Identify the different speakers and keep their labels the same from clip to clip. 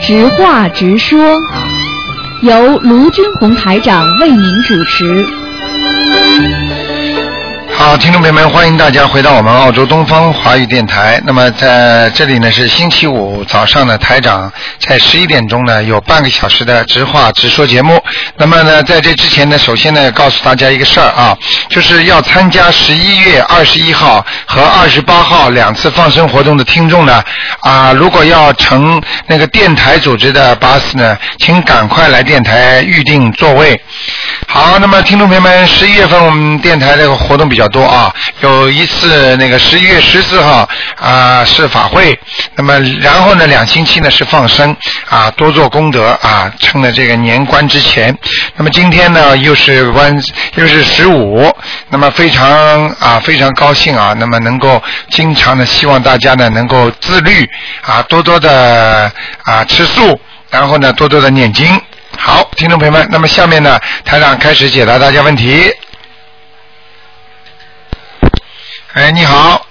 Speaker 1: 直话直说，由卢军红台长为您主持。
Speaker 2: 好，听众朋友们，欢迎大家回到我们澳洲东方华语电台。那么在这里呢是星期五早上的台长在十一点钟呢有半个小时的直话直说节目。那么呢，在这之前呢，首先呢告诉大家一个事儿啊，就是要参加十一月二十一号和二十八号两次放生活动的听众呢，啊，如果要乘那个电台组织的巴士呢，请赶快来电台预定座位。好，那么听众朋友们，十一月份我们电台这个活动比较多啊，有一次那个十一月十四号啊、是法会，那么然后呢两星期呢是放生啊，多做功德啊，趁着这个年关之前。那么今天呢又是关又是十五，那么非常啊非常高兴啊，那么能够经常的希望大家呢能够自律啊，多多的啊吃素，然后呢多多的念经。好，听众朋友们，那么下面呢，台长开始解答大家问题。哎，你好，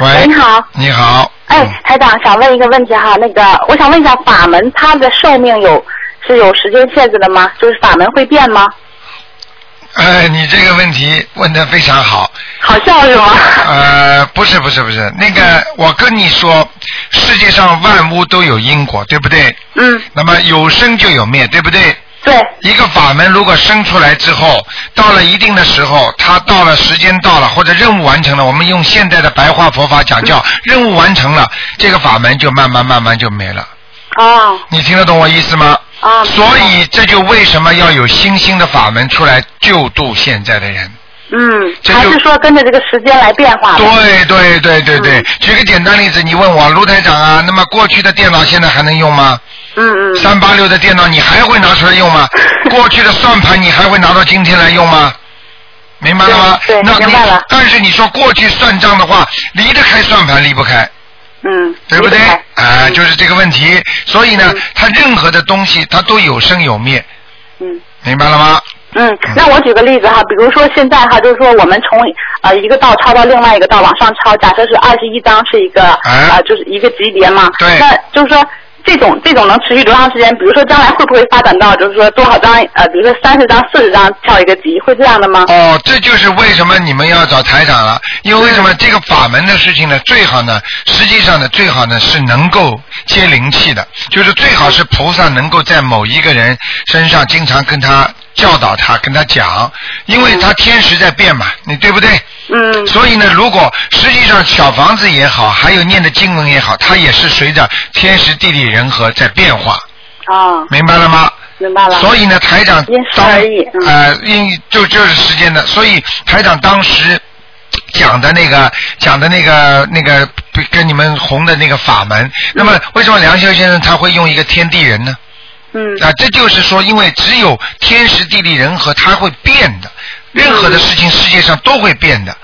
Speaker 2: 喂，
Speaker 3: 你好，
Speaker 2: 你好，
Speaker 3: 哎
Speaker 2: 哎嗯，
Speaker 3: 台长想问一个问题哈，那个我想问一下，法门它的寿命有是有时间限制的吗？就是法门会变吗？
Speaker 2: 哎，你这个问题问的非常好。
Speaker 3: 好像是吗？
Speaker 2: 呃，不是不是不是，那个我跟你说，世界上万物都有因果，对不对？
Speaker 3: 嗯，
Speaker 2: 那么有生就有灭，对不对？
Speaker 3: 对，
Speaker 2: 一个法门如果生出来之后，到了一定的时候，它到了时间到了或者任务完成了，我们用现代的白话佛法讲叫任务完成了，这个法门就慢慢慢慢就没了。
Speaker 3: 哦
Speaker 2: 你听得懂我意思吗？
Speaker 3: 哦，
Speaker 2: 所以这就为什么要有新兴的法门出来救度现在的人。
Speaker 3: 嗯，
Speaker 2: 这
Speaker 3: 还
Speaker 2: 就是
Speaker 3: 说跟着这个时间来变化的？
Speaker 2: 对对对对对
Speaker 3: 嗯，
Speaker 2: 举个简单例子，你问我卢台长啊，那么过去的电脑现在还能用吗？
Speaker 3: 嗯嗯，
Speaker 2: 三八六的电脑你还会拿出来用 吗？过去的算盘你还会拿到今天来用吗？明白了吗？
Speaker 3: 对对
Speaker 2: 那你
Speaker 3: 明白了
Speaker 2: 但是你说过去算账的话，离得开算盘离不开，
Speaker 3: 嗯，
Speaker 2: 对不对？
Speaker 3: 明
Speaker 2: 啊
Speaker 3: 白、
Speaker 2: 就是这个问题。所以呢
Speaker 3: 嗯，
Speaker 2: 它任何的东西它都有生有灭，
Speaker 3: 嗯。
Speaker 2: 明白了吗？
Speaker 3: 嗯，那我举个例子哈，比如说现在哈，就是说我们从呃一个道抄到另外一个道往上抄，假设是二十一章是一个
Speaker 2: 哎
Speaker 3: 呃就是一个级别嘛，
Speaker 2: 对
Speaker 3: 那就是说这种这种能持续多长时间？比如说将来会不会发展到就是说多少章呃，比如说三十章、四十章跳一个级，会这样的吗？
Speaker 2: 哦，这就是为什么你们要找台长了，因为什么？这个法门的事情呢，最好呢，实际上呢，最好呢是能够接灵气的，就是最好是菩萨能够在某一个人身上经常跟他教导他，跟他讲，因为他天时在变嘛，你对不对？
Speaker 3: 嗯
Speaker 2: 所以呢，如果实际上小房子也好，还有念的经文也好，它也是随着天时地利人和在变化，
Speaker 3: 啊，
Speaker 2: 明白了吗？
Speaker 3: 明白了。
Speaker 2: 所以呢，台长
Speaker 3: 因时
Speaker 2: 当
Speaker 3: 而异嗯
Speaker 2: 呃，因就就是时间的，所以台长当时讲的那个讲的那个那个跟你们红的那个法门，那么为什么梁修先生他会用一个天地人呢？
Speaker 3: 嗯
Speaker 2: 啊，这就是说，因为只有天时地利人和，它会变的，任何的事情世界上都会变的。
Speaker 3: 嗯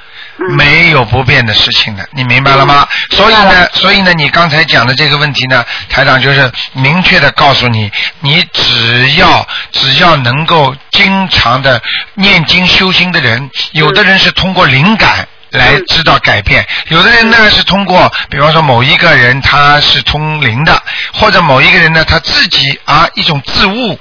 Speaker 2: 没有不变的事情的，你明白了吗？
Speaker 3: 嗯
Speaker 2: 所以
Speaker 3: 明白
Speaker 2: 呢
Speaker 3: 了，
Speaker 2: 所以呢，你刚才讲的这个问题呢，台长就是明确的告诉你，你只要只要能够经常的念经修心的人，有的人是通过灵感。来
Speaker 3: 嗯
Speaker 2: 知道改变，有的人呢是通过，比方说某一个人他是通灵的，或者某一个人呢他自己啊一种自悟，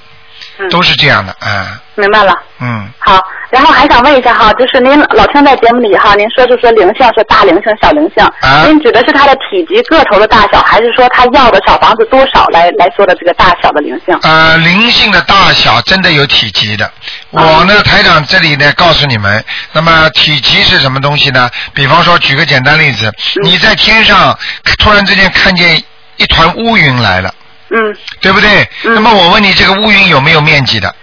Speaker 3: 嗯，
Speaker 2: 都是这样的啊，
Speaker 3: 明白了。
Speaker 2: 嗯，
Speaker 3: 好，然后还想问一下哈，就是您老听在节目里哈，您说是说灵性是大灵性、小灵性，
Speaker 2: 啊
Speaker 3: 您指的是它的体积、个头的大小，还是说它要的小房子多少来来说的这个大小的灵性？
Speaker 2: 呃，灵性的大小真的有体积的。我呢，台长这里呢告诉你们，那么体积是什么东西呢？比方说，举个简单例子，你在天上突然之间看见一团乌云来了，
Speaker 3: 嗯，
Speaker 2: 对不对？
Speaker 3: 嗯
Speaker 2: 那么我问你，这个乌云有没有面积的？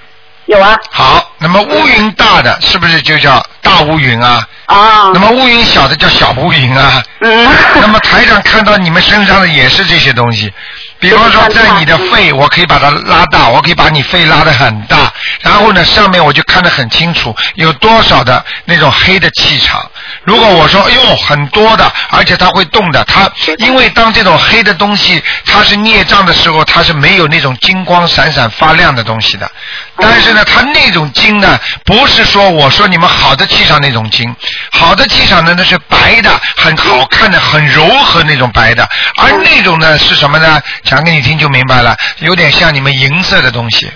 Speaker 3: 有啊，
Speaker 2: 好，那么乌云大的是不是就叫大乌云啊？
Speaker 3: 啊，
Speaker 2: 那么乌云小的叫小乌云啊？
Speaker 3: 嗯，
Speaker 2: 那么台长看到你们身上的也是这些东西，比方说在你的肺，我可以把它拉大，我可以把你肺拉得很大，然后呢上面我就看得很清楚有多少的那种黑的气场。如果我说哎呦很多的，而且它会动的，它因为当这种黑的东西它是孽障的时候，它是没有那种金光闪闪发亮的东西的，但是呢它那种金经呢，不是说我说你们好的气场那种经，好的气场呢那是白的，很好看的，很柔和那种白的，而那种呢是什么呢？讲给你听就明白了，有点像你们银色的东西。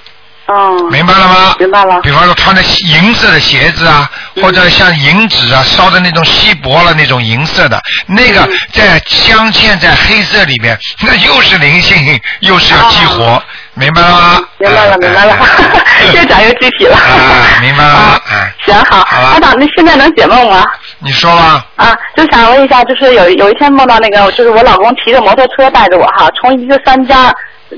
Speaker 3: 哦
Speaker 4: 嗯，
Speaker 2: 明白了吗？
Speaker 4: 明白了嗯
Speaker 2: 比方说穿的银色的鞋子啊，或者像银纸啊，烧的那种锡箔了那种银色的，那个
Speaker 4: 嗯
Speaker 2: 在镶嵌在黑色里边，那又是灵性，又是要激活，明白了吗？
Speaker 4: 啊
Speaker 3: 嗯
Speaker 4: 明白了，
Speaker 2: 哎
Speaker 4: 明白了， 越讲越具体了。
Speaker 2: 啊明白
Speaker 3: 哦
Speaker 2: 了
Speaker 4: 啊
Speaker 2: 哎
Speaker 4: 行好，
Speaker 2: 好了
Speaker 4: 台长，那现在能解梦吗？
Speaker 2: 你说吧，
Speaker 4: 啊，就想问一下，就是有有一天梦到那个，就是我老公骑着摩托车带着我哈，从一个山家，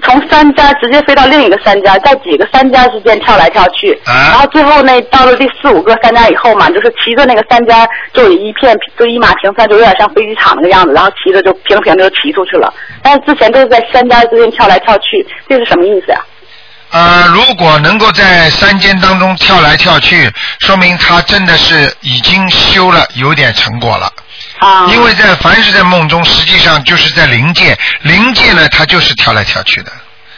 Speaker 4: 从山家直接飞到另一个山家，在几个山家之间跳来跳去，
Speaker 2: 啊
Speaker 4: 然后最后那到了第四五个山家以后嘛，就是骑着那个山家就有一片就一马平川，就有点像飞机场那个样子，然后骑着就平平地就骑出去了。但是之前都是在山家之间跳来跳去，这是什么意思呀、啊
Speaker 2: 呃，如果能够在山间当中跳来跳去，说明他真的是已经修了，有点成果了。
Speaker 4: 啊，
Speaker 2: 因为在凡是在梦中，实际上就是在灵界，灵界呢，它就是跳来跳去的。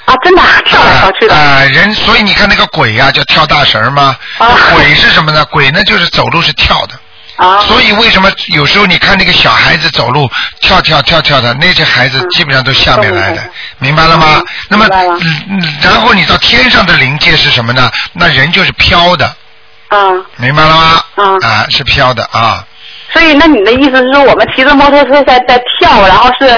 Speaker 4: 啊，真的啊跳来跳去的，
Speaker 2: 啊、呃人，所以你看那个鬼呀、叫跳大神儿吗？
Speaker 4: 啊
Speaker 2: 鬼是什么呢？鬼呢就是走路是跳的。
Speaker 4: 啊，
Speaker 2: 所以为什么有时候你看那个小孩子走路跳跳跳跳的，那些孩子基本上都下面来的
Speaker 4: 嗯，
Speaker 2: 明白了吗
Speaker 4: 嗯？
Speaker 2: 那么
Speaker 4: 明白了，
Speaker 2: 嗯嗯然后你到天上的灵界是什么呢？那人就是飘的，
Speaker 4: 啊。
Speaker 2: 明白了吗？
Speaker 4: 嗯
Speaker 2: 啊，是飘的啊，
Speaker 4: 所以，那你的意思是说，我们骑着摩托车在在跳，然后是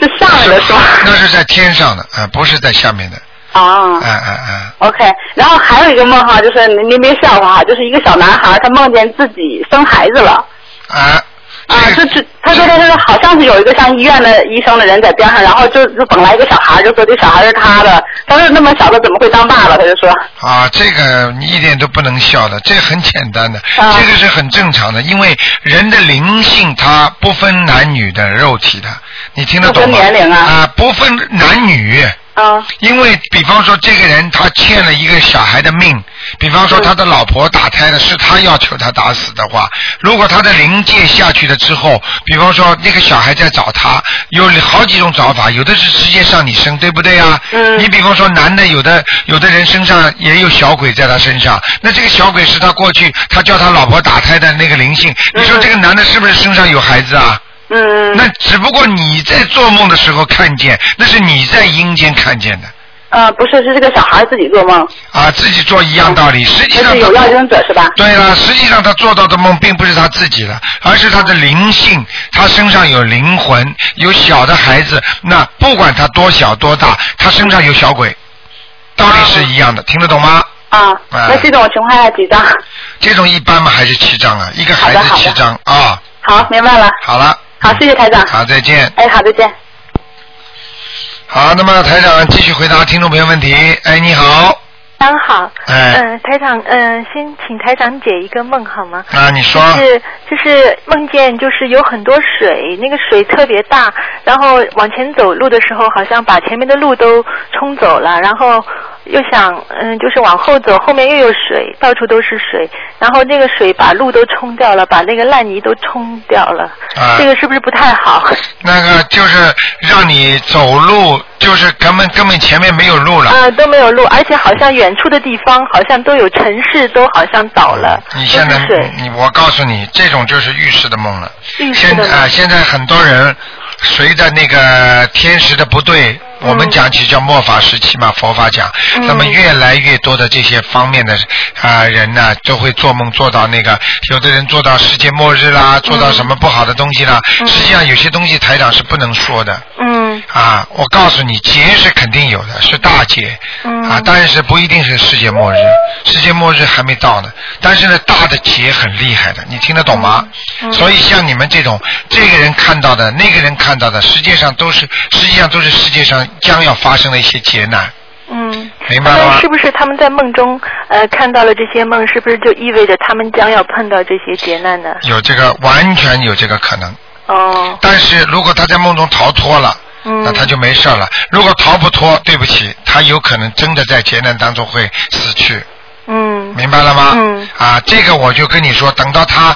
Speaker 4: 是上来的是吧？
Speaker 2: 那是在天上的啊、不是在下面的，
Speaker 4: 啊
Speaker 2: 啊啊啊。
Speaker 4: ，OK。然后还有一个梦哈，就是您您别笑话哈，就是一个小男孩他梦见自己生孩子了
Speaker 2: 啊，
Speaker 4: 啊，
Speaker 2: 这
Speaker 4: 就
Speaker 2: 个
Speaker 4: 是他说他说好像是有一个像医院的医生的人在边上，然后就就本来一个小孩就说这小孩是他的，他说那么小的怎么会当爸了？他就说
Speaker 2: 啊，这个你一点都不能笑的，这很简单的，
Speaker 4: 啊
Speaker 2: 这个是很正常的，因为人的灵性它不分男女的肉体的，你听得懂吗？
Speaker 4: 不分年龄啊
Speaker 2: 不分男女。
Speaker 4: 啊
Speaker 2: 因为比方说这个人他欠了一个小孩的命，比方
Speaker 4: 嗯
Speaker 2: 说他的老婆打胎了，是他要求他打死的话，如果他的灵界下去了之后，比方说那个小孩在找他，有好几种找法，有的是直接上你身，对不对啊？
Speaker 4: 嗯
Speaker 2: 你比方说男的，有的有的人身上也有小鬼在他身上，那这个小鬼是他过去他叫他老婆打胎的那个灵性，你说
Speaker 4: 嗯
Speaker 2: 这个男的是不是身上有孩子啊？
Speaker 4: 嗯
Speaker 2: 那只不过你在做梦的时候看见，那是你在阴间看见的。
Speaker 4: 呃不是是这个小孩自己做梦，
Speaker 2: 啊，自己做一样道理。实际
Speaker 4: 他
Speaker 2: 上
Speaker 4: 哦是
Speaker 2: 他
Speaker 4: 有要经者是吧？
Speaker 2: 对了，实际上他做到的梦并不是他自己的，而是他的灵性，他身上有灵魂，有小的孩子。那不管他多小多大，他身上有小鬼，道理是一样的，听得懂吗？
Speaker 4: 啊，
Speaker 2: 哎
Speaker 4: 那这种情况下几张？
Speaker 2: 这种一般嘛还是七张啊，一个孩
Speaker 4: 好的
Speaker 2: 子
Speaker 4: 好的
Speaker 2: 七张啊。
Speaker 4: 好，明白了。
Speaker 2: 好了，
Speaker 4: 好，谢谢台长。
Speaker 2: 好，再见。
Speaker 4: 哎，好，再见。
Speaker 2: 好，那么台长继续回答听众朋友问题。哎，你好，
Speaker 3: 大家好，
Speaker 2: 哎
Speaker 3: 嗯，台长，嗯，先请台长解一个梦好吗？
Speaker 2: 啊，你说，
Speaker 3: 是就是梦见就是有很多水，那个水特别大，然后往前走路的时候，好像把前面的路都冲走了，然后又想嗯，就是往后走，后面又有水，到处都是水，然后那个水把路都冲掉了，把那个烂泥都冲掉了，
Speaker 2: 啊
Speaker 3: 这个是不是不太好？
Speaker 2: 那个就是让你走路，就是根本根本前面没有路了。
Speaker 3: 啊，都没有路，而且好像远处的地方好像都有城市都好像倒了，
Speaker 2: 你嗯现在
Speaker 3: 都是水。
Speaker 2: 你我告诉你，这种就是预示的梦了。
Speaker 3: 预示
Speaker 2: 现
Speaker 3: 的
Speaker 2: 在
Speaker 3: 梦
Speaker 2: 啊、现在很多人随着那个天时的不对，
Speaker 3: 嗯
Speaker 2: 我们讲起叫末法时期嘛，佛法讲，那么越来越多的这些方面的啊、人呢、都会做梦做到那个，有的人做到世界末日
Speaker 3: 嗯
Speaker 2: 啦，做到什么不好的东西啦。实际上有些东西台长是不能说的。
Speaker 3: 嗯
Speaker 2: 啊，我告诉你，劫是肯定有的，是大劫，
Speaker 3: 嗯
Speaker 2: 啊，但是不一定是世界末日，世界末日还没到呢。但是呢，大的劫很厉害的，你听得懂吗？
Speaker 3: 嗯
Speaker 2: 所以像你们这种，这个人看到的，那个人看到的，实际上都是，实际上都是世界上将要发生的一些劫难，
Speaker 3: 嗯，
Speaker 2: 明白了
Speaker 3: 那
Speaker 2: 吗
Speaker 3: 是？不是他们在梦中呃看到了这些梦，是不是就意味着他们将要碰到这些劫难呢？
Speaker 2: 有这个，完全有这个可能。
Speaker 3: 哦，
Speaker 2: 但是如果他在梦中逃脱了，
Speaker 3: 嗯
Speaker 2: 那他就没事了。如果逃不脱，对不起，他有可能真的在劫难当中会死去。
Speaker 3: 嗯
Speaker 2: 明白了吗？
Speaker 3: 嗯。
Speaker 2: 啊，这个我就跟你说，等到他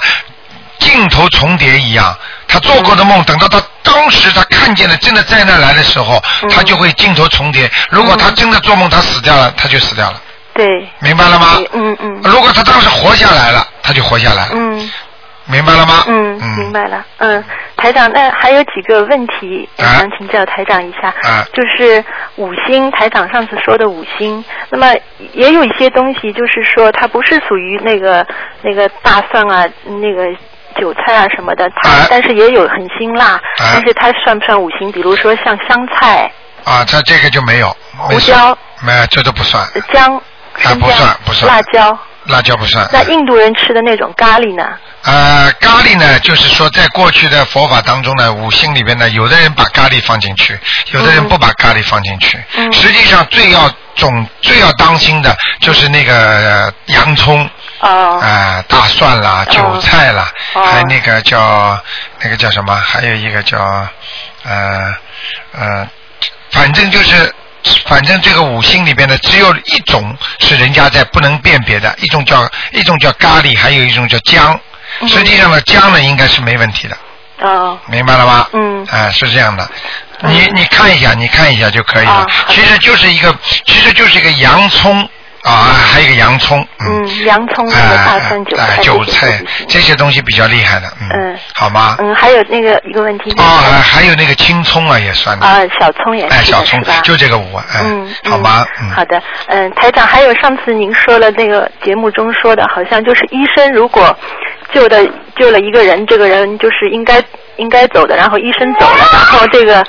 Speaker 2: 镜头重叠一样，他做过的
Speaker 3: 嗯
Speaker 2: 梦，等到他当时他看见了真的
Speaker 3: 嗯
Speaker 2: 灾难来的时候，他就会镜头重叠。如果他真的做梦他死掉了，他就死掉了。
Speaker 3: 对，
Speaker 2: 明白了吗？
Speaker 3: 嗯嗯
Speaker 2: 如果他当时活下来了，他就活下来了，
Speaker 3: 嗯
Speaker 2: 明白了吗？
Speaker 3: 嗯，明。白了。嗯，台长，那还有几个问题
Speaker 2: 啊
Speaker 3: 想请教台长一下。
Speaker 2: 啊
Speaker 3: 就是五星，台长上次说的五星，那么也有一些东西，就是说它不是属于那个那个大蒜啊，那个韭菜啊什么的，它、
Speaker 2: 啊
Speaker 3: 但是也有很辛辣，
Speaker 2: 哎
Speaker 3: 但是它算不算五星？比如说像香菜、
Speaker 2: 啊，他这个就没有。没
Speaker 3: 胡
Speaker 2: 事
Speaker 3: 椒、
Speaker 2: 没有，这都不算，
Speaker 3: 呃姜、生
Speaker 2: 哎不
Speaker 3: 姜、
Speaker 2: 算不算哎
Speaker 3: 辣椒，
Speaker 2: 辣椒不算。
Speaker 3: 那印度人吃的那种咖喱呢？
Speaker 2: 呃，咖喱呢，就是说在过去的佛法当中呢，五行里边呢，有的人把咖喱放进去，有的人不把咖喱放进去。
Speaker 3: 嗯
Speaker 2: 实际上最要总最要当心的就是那个、呃洋葱啊、
Speaker 3: 哦，
Speaker 2: 呃大蒜啦、韭菜啦，
Speaker 3: 哦
Speaker 2: 还有那个叫那个叫什么，还有一个叫呃呃，反正就是。反正这个五行里边呢，只有一种是人家在不能辨别的，一种叫一种叫咖喱，还有一种叫姜。
Speaker 3: 嗯
Speaker 2: 实际上呢，姜呢应该是没问题的，
Speaker 3: 哦，
Speaker 2: 明白了吗？
Speaker 3: 嗯
Speaker 2: 哎、是这样的，
Speaker 3: 嗯
Speaker 2: 你你看一下，你看一下就可以了
Speaker 3: 啊。好的
Speaker 2: 其实就是一个，其实就是一个洋葱啊，还有一个洋葱，
Speaker 3: 嗯，洋葱、
Speaker 2: 哎
Speaker 3: 那个大蒜、韭
Speaker 2: 哎
Speaker 3: 菜、
Speaker 2: 韭菜这些东西比较厉害的，嗯，
Speaker 3: 嗯
Speaker 2: 好吗？
Speaker 3: 嗯，还有那个一个问题就是
Speaker 2: 哦，还还有那个青葱啊也算的，
Speaker 3: 啊，小葱也是的
Speaker 2: 哎，小葱
Speaker 3: 是吧？
Speaker 2: 就这个五啊，哎
Speaker 3: 嗯，嗯
Speaker 2: 好吗？嗯，
Speaker 3: 好的，嗯，台长，还有上次您说了那个节目中说的，好像就是医生如果救的救了一个人，这个人就是应该应该走的，然后医生走了，然后这个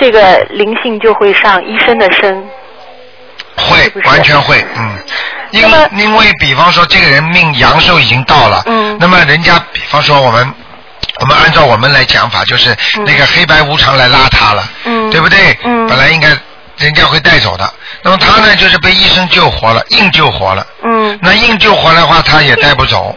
Speaker 3: 这个灵性就会上医生的身。
Speaker 2: 会
Speaker 3: 是不，是
Speaker 2: 完全会，嗯。因
Speaker 3: 那么
Speaker 2: 因为比方说这个人命阳寿已经到了，
Speaker 3: 嗯
Speaker 2: 那么人家比方说我们。我们按照我们来讲法，就是
Speaker 3: 嗯
Speaker 2: 那个黑白无常来拉他了，
Speaker 3: 嗯
Speaker 2: 对不对？
Speaker 3: 嗯
Speaker 2: 本来应该人家会带走的，那么他呢就是被医生救活了，硬救活了。
Speaker 3: 嗯
Speaker 2: 那硬救活的话，他也带不走，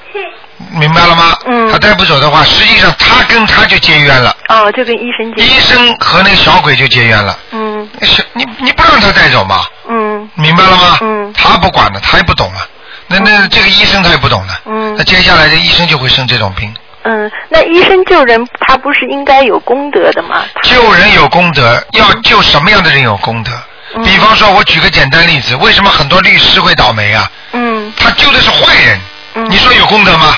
Speaker 2: 明白了吗？
Speaker 3: 嗯
Speaker 2: 他带不走的话，实际上他跟他就结冤了，
Speaker 3: 哦，就跟医生
Speaker 2: 医
Speaker 3: 结。
Speaker 2: 生和那个小鬼就结冤了。
Speaker 3: 嗯
Speaker 2: 小你你不让他带走吗？
Speaker 3: 嗯
Speaker 2: 明白了吗？
Speaker 3: 嗯
Speaker 2: 他不管了，他也不懂啊。那那这个医生他也不懂了。
Speaker 3: 嗯
Speaker 2: 那接下来这医生就会生这种病。
Speaker 3: 嗯，那医生救人，他不是应该有功德的吗？
Speaker 2: 救人有功德，要救什么样的人有功德？
Speaker 3: 嗯
Speaker 2: 比方说，我举个简单例子，为什么很多律师会倒霉啊？
Speaker 3: 嗯
Speaker 2: 他救的是坏人，
Speaker 3: 嗯
Speaker 2: 你说有功德吗？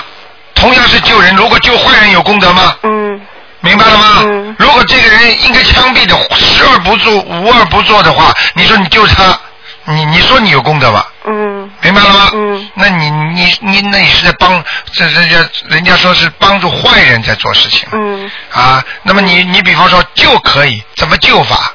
Speaker 2: 同样是救人，如果救坏人有功德吗？
Speaker 3: 嗯
Speaker 2: 明白了吗？
Speaker 3: 嗯
Speaker 2: 如果这个人应该枪毙的，十恶不作无恶不作的话，你说你救他，你你说你有功德吗？
Speaker 3: 嗯
Speaker 2: 明白了吗？
Speaker 3: 嗯
Speaker 2: 那你你你那你是在帮这人家人家说是帮助坏人在做事情、
Speaker 3: 嗯
Speaker 2: 啊？那么你你比方说救可以怎么救法，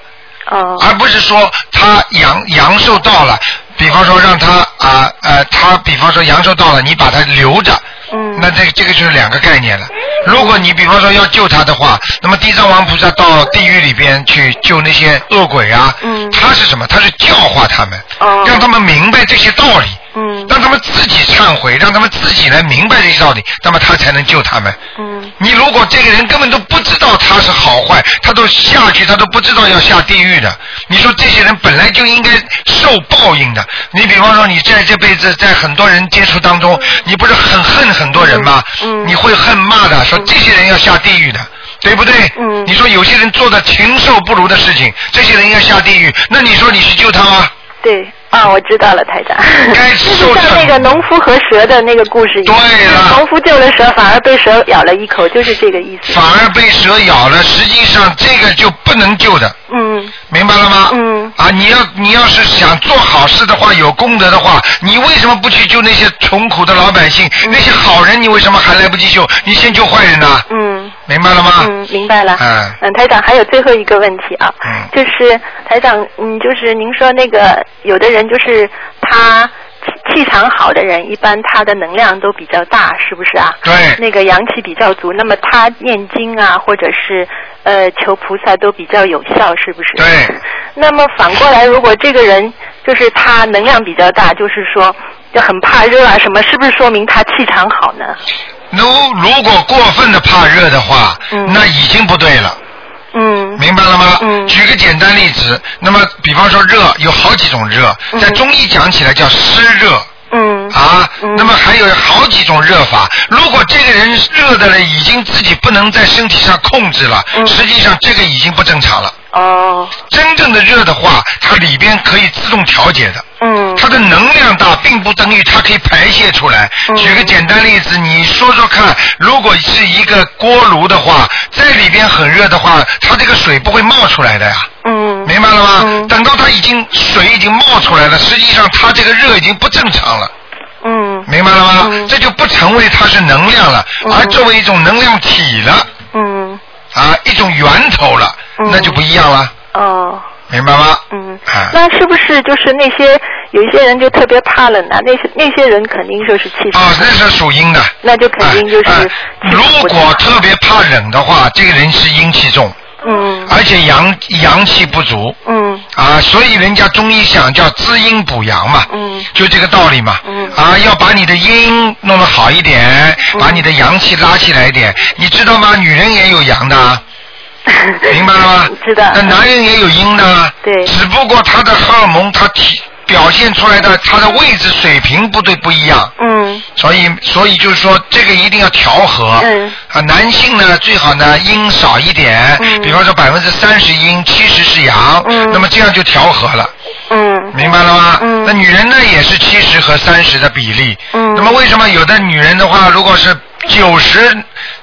Speaker 3: 哦
Speaker 2: 而不是说他阳阳寿到了，比方说让他啊呃他比方说阳寿到了，你把他留着。
Speaker 3: 嗯
Speaker 2: 那这个这个就是两个概念了。如果你比方说要救他的话，那么地藏王菩萨到地狱里边去救那些恶鬼啊，
Speaker 3: 嗯
Speaker 2: 他是什么？他是教化他们，
Speaker 3: 哦
Speaker 2: 让他们明白这些道理。
Speaker 3: 嗯
Speaker 2: 让他们自己忏悔，让他们自己来明白这些道理，那么他才能救他们。
Speaker 3: 嗯
Speaker 2: 你如果这个人根本都不知道他是好坏，他都下去，他都不知道要下地狱的。你说这些人本来就应该受报应的。你比方说，你在这辈子在很多人接触当中，你不是很恨很多人吗？
Speaker 3: 嗯嗯
Speaker 2: 你会恨骂的，说这些人要下地狱的。对不对？
Speaker 3: 嗯
Speaker 2: 你说有些人做的禽兽不如的事情，这些人要下地狱，那你说你去救他吗？
Speaker 3: 对啊，我知道了，台长。
Speaker 2: 该
Speaker 3: 就是
Speaker 2: 受
Speaker 3: 像
Speaker 2: 正
Speaker 3: 那个农夫和蛇的那个故事一样，
Speaker 2: 对了
Speaker 3: 农夫救了蛇，反而被蛇咬了一口，就是这个意思
Speaker 2: 反。而被蛇咬了，实际上这个就不能救的，
Speaker 3: 嗯
Speaker 2: 明白了吗？
Speaker 3: 嗯
Speaker 2: 啊，你要你要是想做好事的话，有功德的话，你为什么不去救那些穷苦的老百姓？那些好人，你为什么还来不及救？你先救坏人呢？
Speaker 3: 嗯
Speaker 2: 明白了吗？
Speaker 3: 嗯，明白了。
Speaker 2: 嗯
Speaker 3: 嗯，台长还有最后一个问题啊，
Speaker 2: 嗯
Speaker 3: 就是台长，嗯，就是您说那个有的人就是他气气场好的人，一般他的能量都比较大，是不是啊？
Speaker 2: 对
Speaker 3: 那个阳气比较足，那么他念经啊，或者是呃求菩萨都比较有效，是不是？
Speaker 2: 对。
Speaker 3: 那么反过来，如果这个人就是他能量比较大，就是说就很怕热啊什么，是不是说明他气场好呢？
Speaker 2: 如如果过分的怕热的话，
Speaker 3: 嗯
Speaker 2: 那已经不对了，
Speaker 3: 嗯
Speaker 2: 明白了吗？
Speaker 3: 嗯
Speaker 2: 举个简单例子，那么比方说热有好几种热，在
Speaker 3: 嗯
Speaker 2: 中医讲起来叫湿热。
Speaker 3: 嗯
Speaker 2: 啊
Speaker 3: 嗯，
Speaker 2: 那么还有好几种热法。如果这个人热的了，已经自己不能在身体上控制了，
Speaker 3: 嗯
Speaker 2: 实际上这个已经不正常了。
Speaker 3: 哦
Speaker 2: 真正的热的话，它里边可以自动调节的，
Speaker 3: 嗯。
Speaker 2: 它它的能量大，并不等于它可以排泄出来。
Speaker 3: 嗯
Speaker 2: 举个简单例子，你说说看，如果是一个锅炉的话，在里边很热的话，它这个水不会冒出来的呀。
Speaker 3: 嗯
Speaker 2: 明白了吗？
Speaker 3: 嗯
Speaker 2: 等到它已经水已经冒出来了，实际上它这个热已经不正常了。
Speaker 3: 嗯
Speaker 2: 明白了吗？
Speaker 3: 嗯
Speaker 2: 这就不成为它是能量了，
Speaker 3: 嗯
Speaker 2: 而作为一种能量体了，
Speaker 3: 嗯，
Speaker 2: 啊，一种源头了，
Speaker 3: 嗯
Speaker 2: 那就不一样了，
Speaker 3: 哦。
Speaker 2: 明白吗？
Speaker 3: 嗯
Speaker 2: 啊，
Speaker 3: 那是不是就是那些有一些人就特别怕冷啊？那些那些人肯定就是气场，
Speaker 2: 啊，那是属阴的。
Speaker 3: 那就肯定就是
Speaker 2: 啊
Speaker 3: 气
Speaker 2: 啊
Speaker 3: 场
Speaker 2: 如
Speaker 3: 不
Speaker 2: 果
Speaker 3: 大
Speaker 2: 特别怕冷的话，这个人是阴气重，
Speaker 3: 嗯
Speaker 2: 而且阳阳气不足
Speaker 3: 嗯
Speaker 2: 啊，所以人家中医讲叫滋阴补阳嘛。
Speaker 3: 嗯
Speaker 2: 就这个道理嘛，
Speaker 3: 嗯
Speaker 2: 啊，要把你的阴弄得好一点，
Speaker 3: 嗯？
Speaker 2: 把你的阳气拉起来一点，你知道吗？女人也有阳的啊，明白了吗
Speaker 3: 知道
Speaker 2: 那男人也有阴的。
Speaker 3: 对
Speaker 2: 只不过他的荷尔蒙，他体表现出来的他的位置水平不对不一样，
Speaker 3: 嗯
Speaker 2: 所以所以就是说这个一定要调和。
Speaker 3: 嗯。
Speaker 2: 啊，男性呢最好呢阴少一点，
Speaker 3: 嗯
Speaker 2: 比方说百分之三十阴，七十是阳，
Speaker 3: 嗯
Speaker 2: 那么这样就调和了，
Speaker 3: 嗯
Speaker 2: 明白了吗？
Speaker 3: 嗯
Speaker 2: 那女人呢也是七十和三十的比例。
Speaker 3: 嗯
Speaker 2: 那么为什么有的女人的话，如果是九十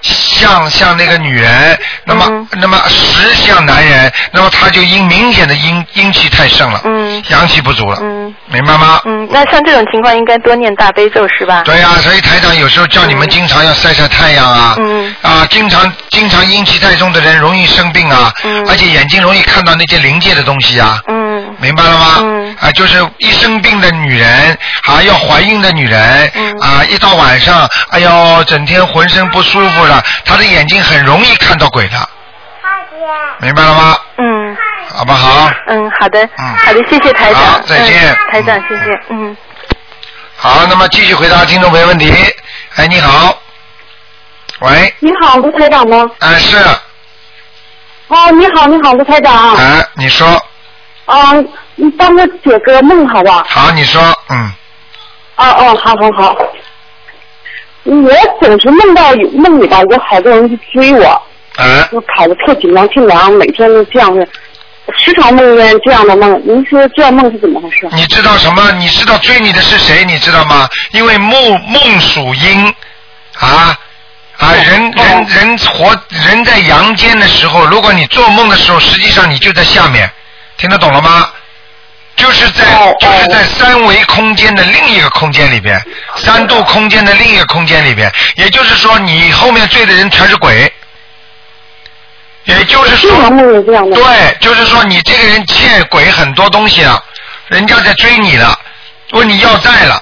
Speaker 2: 像像那个女人，那么、
Speaker 3: 嗯
Speaker 2: 那么十像男人，那么他就阴明显的阴阴气太盛了，
Speaker 3: 嗯
Speaker 2: 阳气不足了，
Speaker 3: 嗯
Speaker 2: 明白吗？
Speaker 3: 嗯，那像这种情况应该多念大悲咒是吧？
Speaker 2: 对呀、所以台长有时候叫你们
Speaker 3: 嗯
Speaker 2: 经常要晒晒太阳啊，
Speaker 3: 嗯
Speaker 2: 啊，经常经常阴气太重的人容易生病啊，
Speaker 3: 嗯
Speaker 2: 而且眼睛容易看到那些灵界的东西啊，
Speaker 3: 嗯
Speaker 2: 明白了吗？
Speaker 3: 嗯
Speaker 2: 啊，就是一生病的女人，啊，要怀孕的女人，
Speaker 3: 嗯
Speaker 2: 啊，一到晚上，哎呦，整天浑身不舒服了，她的眼睛很容易看到鬼的，明白了吗？
Speaker 3: 嗯
Speaker 2: 好不好？
Speaker 3: 嗯，好的
Speaker 2: 嗯
Speaker 3: 好的，谢谢台
Speaker 2: 好
Speaker 3: 长，
Speaker 2: 再
Speaker 3: 嗯
Speaker 2: 见
Speaker 3: 台长
Speaker 2: 嗯
Speaker 3: 谢谢，嗯。
Speaker 2: 好，那么继续回答听众朋友问题。哎，你好，喂，
Speaker 5: 你好，卢台长吗？
Speaker 2: 啊是，
Speaker 5: 哦，你好，你好，卢台长。
Speaker 2: 啊，你说，
Speaker 5: 啊，你帮我解个梦好吧？
Speaker 2: 好，你说，嗯，
Speaker 5: 哦哦，好好好。我总是梦到有梦里吧，有好多人去追我，
Speaker 2: 啊，
Speaker 5: 我搞得特紧张紧张，每天都这样的，时常梦见这样的梦。您说这样梦是怎么回事？
Speaker 2: 你知道什么？你知道追你的是谁？你知道吗？因为木梦属阴，啊啊，人人人活人在阳间的时候，如果你做梦的时候，实际上你就在下面，听得懂了吗？就是在
Speaker 5: 哦
Speaker 2: 就是在三维空间的另一个空间里边，三度空间的另一个空间里边，也就是说，你后面追的人全是鬼，也就是说
Speaker 5: 经，常梦见这样的。
Speaker 2: 对，就是说你这个人欠鬼很多东西了，人家在追你了，问你要债了，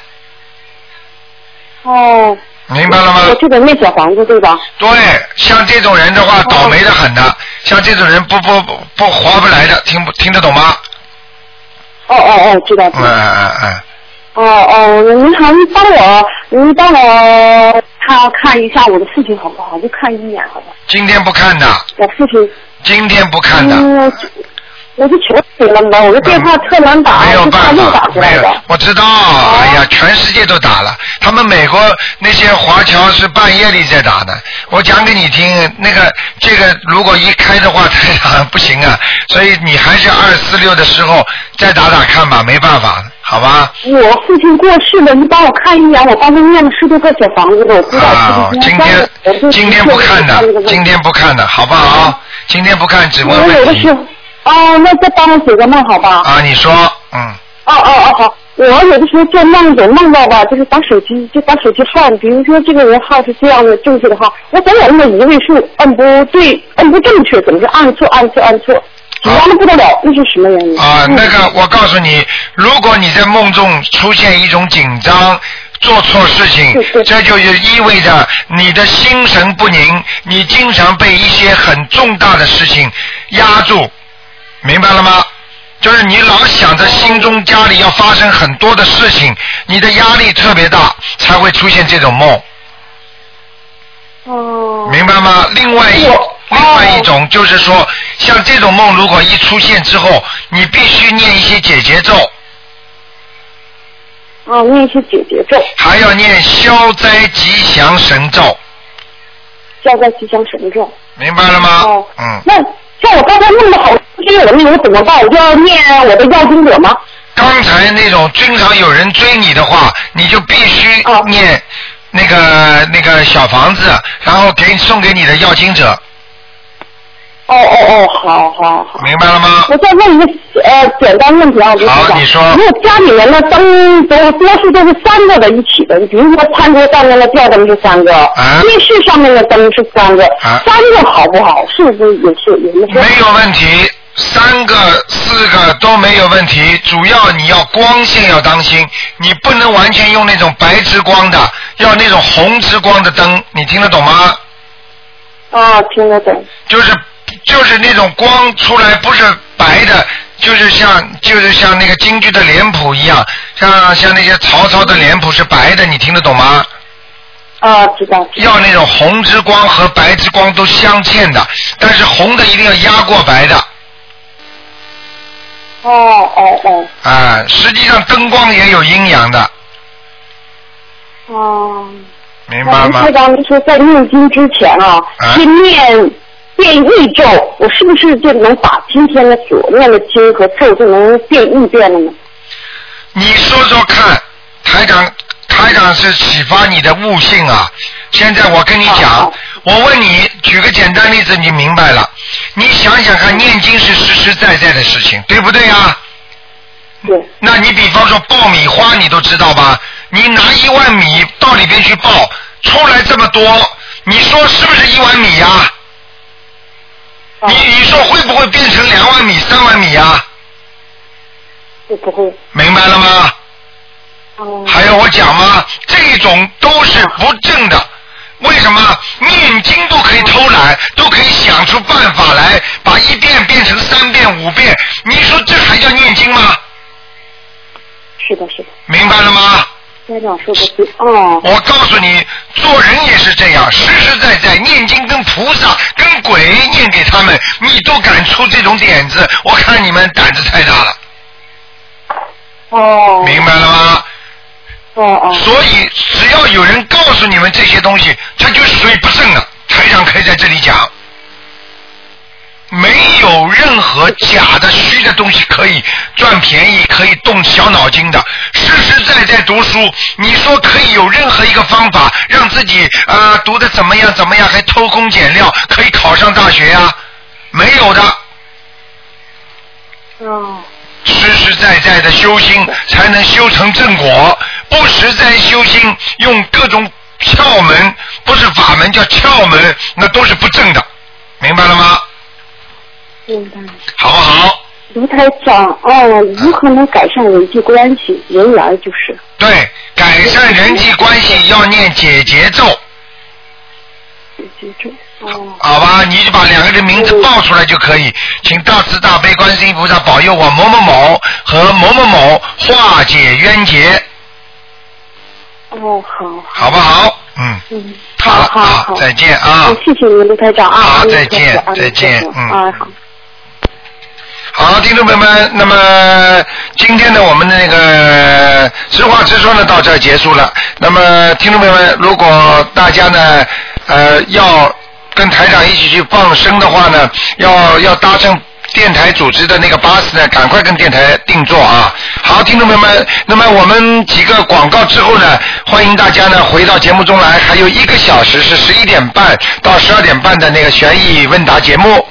Speaker 5: 哦，
Speaker 2: 明白了
Speaker 5: 我
Speaker 2: 吗？
Speaker 5: 就哦得那小房子对吧？
Speaker 2: 对，像这种人的话，倒霉的很的，像这种人不不不不划不来的，听不听得懂吗？
Speaker 5: 哦哦哦，知道。知
Speaker 2: 嗯
Speaker 5: 道
Speaker 2: 嗯嗯
Speaker 5: 哦哦，您好，您帮我，您帮我看看一下我的父亲好不好？就看一眼好吧。
Speaker 2: 嗯，今天不看的，
Speaker 5: 我父亲，
Speaker 2: 今天不看的，
Speaker 5: 嗯，我就求你了嘛，我的电话特难打，
Speaker 2: 嗯没有
Speaker 5: 就怕
Speaker 2: 办
Speaker 5: 又
Speaker 2: 法
Speaker 5: 打，过
Speaker 2: 没
Speaker 5: 来
Speaker 2: 有
Speaker 5: 的。，哦
Speaker 2: 我知道，哎呀，全世界都打了，他们美国那些华侨是半夜里在打的。我讲给你听，那个这个如果一开的话， 太长不行啊，所以你还是二四六的时候再打打看吧，没办法，好吧？
Speaker 5: 我父亲过世了，你帮我看一眼，我帮他念了十多个小房子了，我不知
Speaker 2: 啊
Speaker 5: 道，
Speaker 2: 今
Speaker 5: 天我
Speaker 2: 天
Speaker 5: 就
Speaker 2: 今天不看的，今天不看的，好不好？今天不看，只
Speaker 5: 我
Speaker 2: 问
Speaker 5: 嗯有
Speaker 2: 问
Speaker 5: 的
Speaker 2: 题
Speaker 5: 是。，哦，那再帮我解个梦好吧？
Speaker 2: 啊，你说，嗯，
Speaker 5: 哦哦哦好，我有的时候做梦总梦到吧，就是把手机就把手机号，比如说这个人号是这样的正确的号，我总有那么一位数摁不对，摁不正确，总是按错按错按错，紧张的不得了，那是什么原因？
Speaker 2: 啊，
Speaker 5: 嗯
Speaker 2: 那个，我告诉你，如果你在梦中出现一种紧张，做错事情
Speaker 5: 对，对
Speaker 2: 这就意味着你的心神不宁，你经常被一些很重大的事情压住，明白了吗？就是你老想着心中家里要发生很多的事情，你的压力特别大，才会出现这种梦，
Speaker 5: 哦
Speaker 2: 明白吗？另外一
Speaker 5: 我
Speaker 2: 另外一
Speaker 5: 哦
Speaker 2: 种就是说，像这种梦如果一出现之后，你必须念一些解结咒。
Speaker 5: 哦，念一些解结咒，
Speaker 2: 还要念消灾吉祥神咒，
Speaker 5: 消灾吉祥神咒。
Speaker 2: 明白了吗？
Speaker 5: 哦
Speaker 2: 嗯，
Speaker 5: 那像我刚才弄的好，这个我那个我怎么办？我就要念我的药经者吗？
Speaker 2: 刚才那种经常有人追你的话，你就必须
Speaker 5: 哦
Speaker 2: 念那个那个小房子，然后给送给你的要经者，
Speaker 5: 哦哦哦，好好好。
Speaker 2: 明白了吗？
Speaker 5: 我再问一个呃简单问题啊，卢
Speaker 2: 好
Speaker 5: 台长。
Speaker 2: 你说
Speaker 5: 如果家里人呢，灯都多数都是三个的一起的，比如说餐桌上面的吊灯是三个，
Speaker 2: 啊
Speaker 5: 电视上面的灯是三个，
Speaker 2: 啊
Speaker 5: 三个好不好？是不是有是有那
Speaker 2: 没有问题，三个、四个都没有问题，主要你要光线要当心，你不能完全用那种白之光的，要那种红之光的灯，你听得懂吗？
Speaker 5: 啊，听得懂。
Speaker 2: 就是就是那种光出来不是白的，就是像就是像那个京剧的脸谱一样，像像那些曹操的脸谱是白的，你听得懂吗？
Speaker 5: 啊，知道。知道
Speaker 2: 要那种红之光和白之光都相间的，但是红的一定要压过白的。
Speaker 5: 哦哦哦
Speaker 2: 啊，实际上灯光也有阴阳的，
Speaker 5: 哦。
Speaker 2: 哦明白
Speaker 5: 那卢
Speaker 2: 吗
Speaker 5: 台？长，您说在念经之前啊，
Speaker 2: 啊
Speaker 5: 去念变异咒，我是不是就能把今天的所念的经和咒就能变异变了呢？
Speaker 2: 你说说看，台长，台长是启发你的悟性啊！现在我跟你讲
Speaker 5: 哦，
Speaker 2: 我问你，举个简单例子，你明白了？你想想看，念经是实实在在的事情，对不对啊？
Speaker 5: 对。
Speaker 2: 那你比方说爆米花，你都知道吧？你拿一万米到里边去爆，出来这么多，你说是不是一碗米呀、啊
Speaker 5: 哦
Speaker 2: 你你说会不会变成两万米、三万米呀、啊
Speaker 5: 不不会。
Speaker 2: 明白了吗？
Speaker 5: 哦
Speaker 2: 还要我讲吗？这种都是不正的。为什么念经都可以偷懒，都可以想出办法来把一遍变成三遍、五遍？你说这还叫念经吗？
Speaker 5: 是的，是的，
Speaker 2: 明白了吗？
Speaker 5: 家长说的对。哦，
Speaker 2: 我告诉你，做人也是这样，实实在在念经跟菩萨、跟鬼念给他们，你都敢出这种点子，我看你们胆子太大了，
Speaker 5: 哦，
Speaker 2: 明白了吗？
Speaker 5: 哦哦，
Speaker 2: 所以只要有人告诉你们这些东西，它就是水不正了。台长可以在这里讲，没有任何假的、虚的东西可以赚便宜、可以动小脑筋的，实实在在读书。你说可以有任何一个方法让自己啊、呃读的怎么样怎么样，还偷工减料，可以考上大学呀、没有的，
Speaker 5: 哦，
Speaker 2: 实实在在的修心，才能修成正果。不实在修心，用各种窍门，不是法门叫窍门，那都是不正的，明白了吗？
Speaker 5: 明白。
Speaker 2: 好不好？
Speaker 5: 卢台长，哦，如何能改善人际关系？人缘就是。
Speaker 2: 对，改善人际关系要念解结咒，
Speaker 5: 记住。哦，
Speaker 2: 好吧？你就把两个人名字报出来就可以，请大慈大悲观世音菩萨保佑我某某某和某某某化解冤结，
Speaker 5: 哦，好，
Speaker 2: 好不好？嗯，
Speaker 5: 嗯，
Speaker 2: 好了，
Speaker 5: 好好，
Speaker 2: 再见啊。
Speaker 5: 好谢谢您，卢台长啊，
Speaker 2: 好
Speaker 5: 阿弥
Speaker 2: 再
Speaker 5: 陀
Speaker 2: 见
Speaker 5: 佛阿弥
Speaker 2: 再
Speaker 5: 陀
Speaker 2: 见
Speaker 5: 佛
Speaker 2: 嗯
Speaker 5: 啊，好。
Speaker 2: 好，听众朋友们，那么今天呢，我们的那个直话直说呢到这儿结束了。那么，听众朋友们，如果大家呢，呃，要跟台长一起去放生的话呢，要要搭乘。电台组织的那个巴士呢，赶快跟电台定做啊！好，听众朋友们，那么我们几个广告之后呢，欢迎大家呢回到节目中来，还有一个小时是十一点半到十二点半的那个悬疑问答节目。